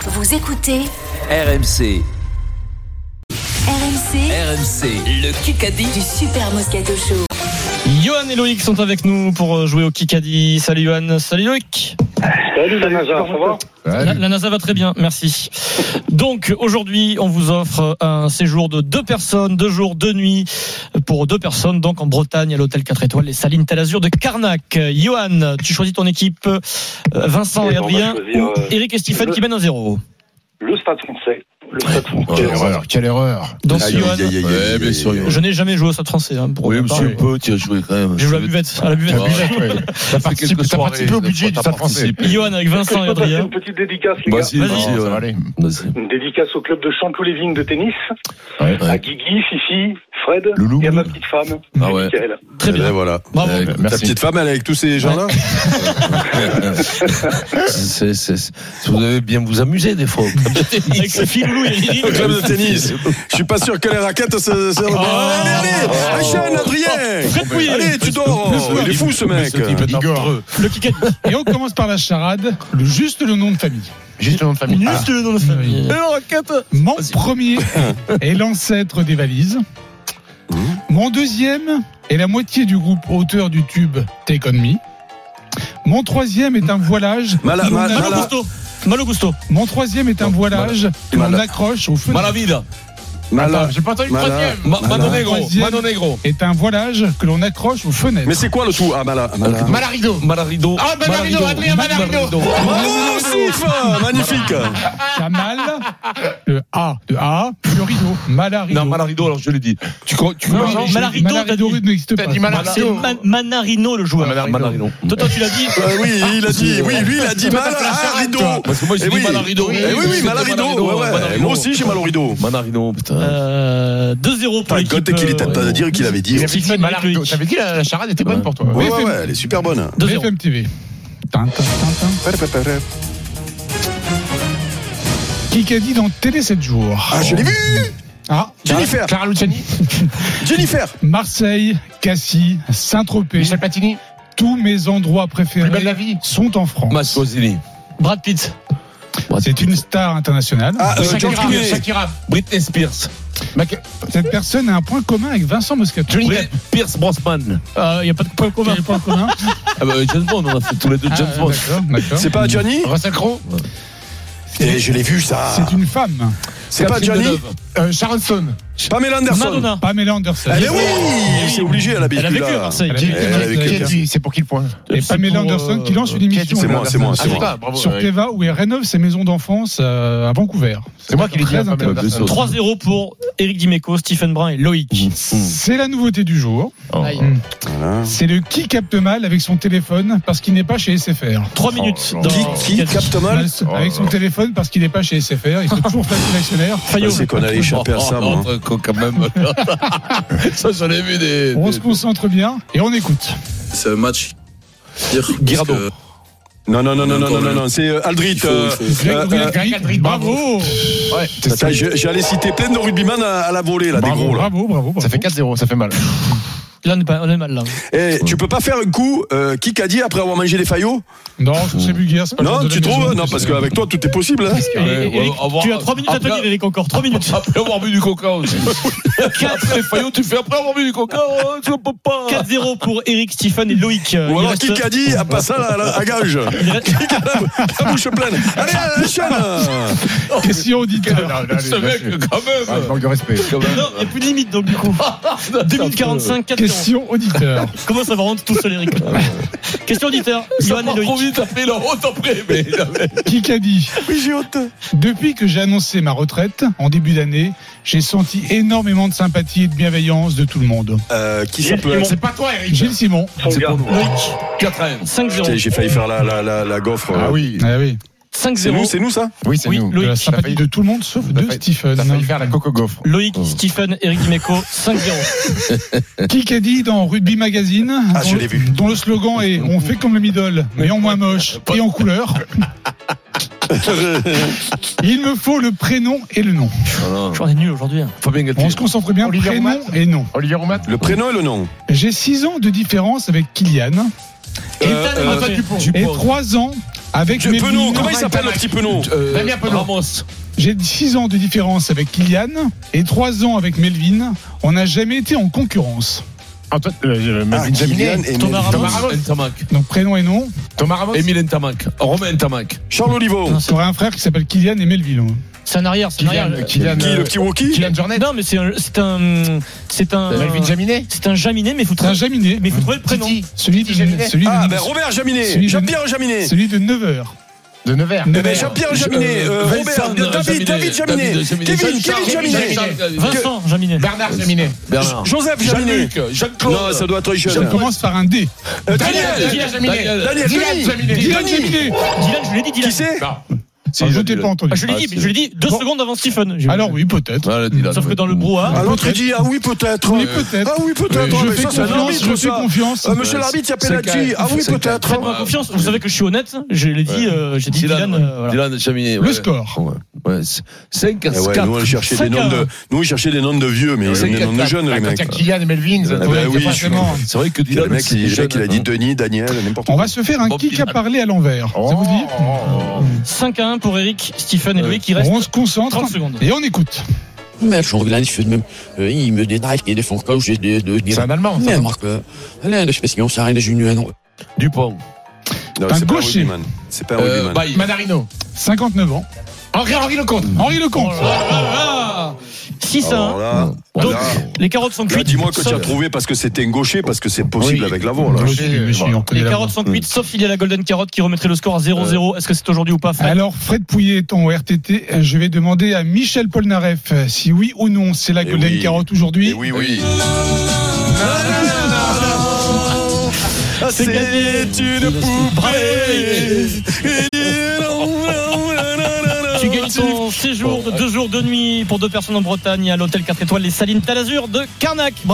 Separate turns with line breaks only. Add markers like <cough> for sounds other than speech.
Vous écoutez
RMC,
RMC,
RMC, le Kikadi
du Super Moscato Show.
Johan et Loïc sont avec nous pour euh, jouer au Kikadi. Salut Johan, salut Loïc.
Salut Benazar, ça va
La, la NASA va très bien, merci. Donc aujourd'hui, on vous offre un séjour de deux personnes, deux jours, deux nuits pour deux personnes, donc en Bretagne à l'hôtel 4 étoiles Les Salines Talazur de Carnac. Johan, tu choisis ton équipe, euh, Vincent
Eh
et
ben, on va
Adrien,
choisir,
ou
euh,
Eric et Stéphane
le-
qui mènent un zéro.
Le stade français. Le stade
Oh,
français.
Quelle erreur, quelle erreur.
Donc
Aïe,
Johan,
aïe, aïe, aïe, aïe, aïe,
Ouais, bien
aïe,
sûr,
aïe,
Johan.
je n'ai jamais joué au Stade français. hein, pour
Oui,
ma part.
monsieur Peu, tu as joué quand même.
J'ai joué à la buvette, à la buvette.
T'as participé
quelques
t'as participé
soirées,
au budget du
t'as
Stade français.
participé.
Johan avec
Est-ce que
Vincent
je
et
peux passer
Adrien.
une petite dédicace, les
Bah,
gars
si,
Vas-y.
vas-y,
Ça va
ouais.
aller.
Vas-y.
Une dédicace au club de Chanteloup-les-Vignes de tennis,
Ouais.
à Guigui, Fifi, Fred
Loulou.
et à ma petite femme,
Ah ouais.
Mickaël.
Très
Eh ben,
bien.
voilà.
Bravo.
Euh,
Merci.
ta petite femme, elle est avec tous ces gens-là C'est- c'est- c'est- Vous devez bien vous amuser des fois.
Avec ses filles, Loulou et Lily.
<laughs> Au club de tennis. Je suis pas sûr que les raquettes. se- se- allez, allez Enchaîne, Adrien
Fred Pouillet.
Allez, tu dors Il est fou ce mec
Igor,
Le Kikadi.
Et on commence par la charade, le- juste le nom de famille.
juste le nom de famille.
Juste le nom de famille.
Mon premier est l'ancêtre des valises. Mon deuxième est la moitié du groupe auteur du tube Take On Me. Mon troisième est un voilage.
Mala-
que l'on
ma-
a-
Malo
Mala-
Gusto. Malo Gusto.
Mon troisième est un voilage que l'on
Mala-
accroche au feu.
Malavida.
Mala-
Ah,
Attends, J'ai pas entendu le
Mala-
troisième.
Ma-
Mala-
Mano Negro.
Troisième
Mano Negro.
Est un voilage que l'on accroche aux fenêtres.
Mais c'est quoi le tout Ah, Mala. Mala-
Malarido.
Malarido.
Ah, Malarido, Adrien Malarido.
Bravo, Souf Magnifique
Kamal, le A de A, le rideau, Malarido.
Non, Malarido, alors je l'ai dit. Tu crois, tu
Non,
crois-
mais
Malarido, t'as dit.
n'existe pas.
T'as dit
C'est
Malarido.
Man- Manarino le joueur.
Ah, Malarido.
Toi, toi, tu l'as dit.
Euh, Oui, il a dit. Oui, lui, il a dit Mala. ah, rideau.
Parce que moi,
Eh
j'ai
oui.
dit Malarido.
Eh oui, oui, Malarido. ouais, ouais.
Malarido.
Moi aussi, j'ai mal au rideau.
Malarido, putain.
Euh, 2-0 pour
Putain,
l'équipe.
Gotek, il était pas à
euh,
dire qu'il avait dit.
Il
Ouais,
avait dit
Stéphane
Malarido.
Luc.
T'avais dit la la charade était bonne pour toi.
ouais,
BFM.
ouais, elle est super bonne.
2-0.
BFM TV. Tintin, Tintin. Qui a dit dans Télé 7 jours
Ah, je l'ai vu
Ah,
Jennifer
Clara Luciani,
Jennifer
<laughs> Marseille, Cassis, Saint-Tropez,
Michel Platini,
tous mes endroits
Plus belle la
préférés
vie.
sont en France.
Massosini.
Brad Pitt.
C'est une star internationale.
Ah, euh, George
Shakira,
Clooney.
Shakira,
Britney Spears.
Cette personne a un point commun avec Vincent Moscato.
Johnny
Oui.
Depp, Pierce Brosnan.
Il n'y Euh, a pas de point commun.
Quel est le point
<laughs>
commun
Ah bah, James Bond, on a fait tous les deux
Ah,
James
euh,
Bond.
D'accord, d'accord.
C'est pas Johnny
Russell Crowe,
Eh, Je l'ai vu, ça
Ah. C'est une femme.
C'est pas
Catherine
Johnny
Deneuve.
Euh, Sharon Stone.
Pamela Anderson
Madonna.
Pamela Anderson.
Eh oui C'est obligé, elle a
Elle a
vécu
vécu hein, à
là.
Marseille.
Elle a
Qui-
vécu
qui-
à
Elle avait
qui-
quelqu'un.
qui- C'est pour qui le point
Et
C'est
Pamela
pour,
Anderson
euh,
qui lance une
Kate,
émission
C'est moi, c'est moi,
Ah,
c'est
c'est
moi.
toi, bravo.
sur
ouais.
Teva où elle rénove ses maisons d'enfance euh, à Vancouver.
C'est moi qui l'ai dit,
Très
hein, Pamela
intéressant.
Anderson.
3-0 pour Eric Dimeco, Stephen Brun et Loïc.
C'est la nouveauté du jour.
Oh.
Aïe.
Voilà.
C'est le qui capte mal avec son téléphone parce qu'il n'est pas chez SFR.
3 minutes.
Oh,
dans
Qui, qui
Kikadi.
capte mal
Avec son téléphone parce qu'il n'est pas chez SFR. Il faut toujours flatter l'actionnaire.
Je
Fayot.
sais qu'on allait
Oh,
échapper à ça, moi.
oh, oh, quand même. Ça, j'en ai vu des.
On
des-
se concentre bien et on écoute.
C'est un match pire. parce
Guirado.
que
Non, non, non, non, non, non, non, non, c'est euh, Aldrit.
Il faut-
euh,
il faut-
euh,
Grégory
euh,
Aldrit,
Aldrit,
bravo.
Ouais,
Attends, je- J'allais citer plein de rugbyman à, à la volée, là, des
Bravo,
gros, là.
bravo, bravo, bravo.
Ça fait 4-0, ça fait mal.
Là, on est, pas- on est mal là.
Eh, tu peux pas faire un coup euh, qui qu'a dit après avoir mangé des faillots
Non, c'est vulgaire. c'est pas le genre
Non,
de la
tu
maison.
trouves Non, parce qu'avec toi, tout est possible. hein.
Et-
Ouais,
et- Eric,
ouais, au revoir.
tu as 3 minutes à tenir,
Après-
Eric, encore. 3 minutes.
Après avoir bu du coca aussi.
4
Après, Fayot, tu fais après avoir bu du coca, oh, tu peux pas.
4-0 pour Eric, Stephen et Loïc. Il
Ou alors
reste-
qui qu'a dit à passer à, la- à gage
il reste-
La bouche pleine. Allez, allez, chaîne
Question auditeur.
<laughs> Ce mec, quand
Ah,
Ah, même.
de respect.
Non, il n'y a plus de limite donc du
<laughs>
coup.
Ah,
2 minutes 45, 4 0
Question auditeur.
Comment ça va rendre tout seul, Eric <laughs> Question auditeur,
Ah, Ça
Johan
part
et
trop
Loïc.
vite, t'as fait la haute après, mais. <laughs>
Qui qu'a dit
Oui, j'ai honte.
Depuis que j'ai annoncé ma retraite en début d'année, j'ai senti énormément de sympathie et de bienveillance de tout le monde.
Euh, Qui ça peut
Simon.
être
C'est pas toi, Eric.
Gilles Simon.
Son gars.
Loïc,
4
Putain,
5-0.
J'ai failli faire la, la, la, la gaufre.
Ah oui.
hein.
Ah oui.
C'est
5-0.
nous, c'est nous ça
Oui, c'est
Oui,
nous.
De la
Loïc,
sympathie de tout le monde sauf de Stephen.
T'as failli faire la coco gaufre.
Loïc, Stephen, Eric Dimeco, 5-0.
Qui qu'a dit dans Rugby Magazine
Ah, je
dont-
l'ai vu.
Dont le slogan est On fait comme le middle, mais en moins moche et en couleur. Il me faut le prénom et le nom.
J'en ai nul aujourd'hui. hein.
Fabien
On
Galtier.
se concentre bien,
Olivier
prénom
Roumat.
et nom.
Olivier Roumat.
Le prénom et le nom.
J'ai 6 ans de différence avec Kylian
Ethan,
euh,
Mbappé.
et 3 ans Avec
Je-
Melvin-
Penon, comment il s'appelle le petit Penon
euh,
Damien Penaud.
Ramos.
J'ai 6 ans de différence avec Kylian et 3 ans avec Melvin. On n'a jamais été en concurrence.
Antoine, euh,
Ah,
Melvin Jaminet.
Kylian et
Thomas
Melvin.
Thomas
Ramos.
Ramos. Ntamak.
Donc prénom et nom.
Thomas Ramos.
Émile Ntamak. Romain Ntamak.
Charles Olivo.
Non,
J'aurais un frère qui s'appelle Kylian et Melvin. hein.
C'est un arrière, c'est un
Kylian,
arrière.
Kylian,
Qui, le
euh,
petit Wookie
Kylian Jornet.
Non, mais c'est un, c'est un, c'est un,
Euh, Melvin Jaminet.
c'est un Jaminet, mais faut
C'est un
trouver,
Jaminet.
mais faut trouver le prénom.
Titi.
Celui de,
Jaminet.
celui de,
Ah, ben Robert Jaminet.
Celui de-
Jean-Pierre Jaminet.
celui de 9h.
De Nevers.
Eh ben, Jean-Pierre Jaminet. euh, Robert. David, David Jaminet. Kevin, Kevin Jaminet.
Vincent Jaminet.
Bernard Jaminet.
Bernard.
Joseph Jaminet.
Jean-Luc. Jean-Claude.
Non, ça doit être
Ça
jeune.
commence par un D.
Euh,
Daniel.
Daniel.
Daniel Jaminet.
Daniel, Denis.
Jaminet.
Dylan Jaminet.
Dylan, je l'ai dit, Dylan.
Qui c'est
Ah, je t'ai pas entendu.
Ah, je l'ai dit, mais je l'ai dit deux
Bon.
secondes avant Stephen. J'ai-
Alors oui, peut-être.
Voilà, Dylan.
Sauf que dans le brouhaha.
Ah, l'autre il dit Ah oui, peut-être.
Oui, peut-être.
Ah oui, peut-être. Ah,
Je
mais
fais
ça, c'est un
confiance,
arbitre,
je fais
ça.
confiance.
Ah, monsieur l'arbitre, il y a penalty.
carré.
Ah oui,
C'est carré.
peut-être.
Faites-moi confiance. Vous savez que je suis honnête. Je l'ai dit, euh, j'ai dit Dylan.
Dylan,
euh, voilà.
Dylan Jaminet.
Le score.
5 à
Eh ouais,
4.
nous on cherchait des
Cinq
noms
à
de,
un.
nous on cherchait des noms de vieux, mais
Cinq
on est
à
des noms de
quatre.
jeunes les
Ah, Quand euh,
mecs.
il y a Kylian et Melvin.
Ah,
ça
bah
doit être
oui,
pas
je suis-
vraiment.
C'est vrai que
Le
Dylan.
mec, il,
c'est
Jacques, il a
jeune,
dit
hein.
Denis, Daniel, n'importe
On
quoi.
va se faire un
Bob
kick à
Dylan.
parler à l'envers. Ça vous dit
Oh.
5 à 1 pour Eric, Stephen et Loïc qui restent
On se concentre
30 secondes.
et on écoute.
Mais je regarde, je fais de même. Euh, il me détaille, il défend comme j'ai des de
C'est un Allemand. ça.
Mais Marc, l'un de spéciaux, ça rien de junior. non.
Dupont.
Non,
un
c'est pas un
gaucher.
rugbyman. C'est pas un
Euh,
rugbyman.
Baye.
Manarino.
59 ans.
Henri, Henri Lecomte.
Henri Lecomte.
6 à
Alors
1.
Oh là,
Donc,
là,
les carottes sont
là,
cuites.
dis-moi que tu as
sauf-
trouvé parce que c'était un gaucher, parce que c'est possible
Oui.
avec l'avant. Là.
Oui.
Monsieur, monsieur, on connaît
Les
la
carottes sont cuites, sauf il y a la golden carotte qui remettrait le score à 0-0. Est-ce que c'est aujourd'hui ou pas, Fred
Alors, Fred Pouillet est en RTT. Euh, Je vais demander à Michel Polnareff euh, si oui ou non c'est la
Eh
Golden
oui.
Carotte aujourd'hui.
Eh oui, oui. Ah,
C'est
C'est une poupée.
Tu gagnes ton séjour de deux jours de nuit pour deux personnes en Bretagne à l'hôtel 4 étoiles Les Salines Talazur de Carnac. Bravo.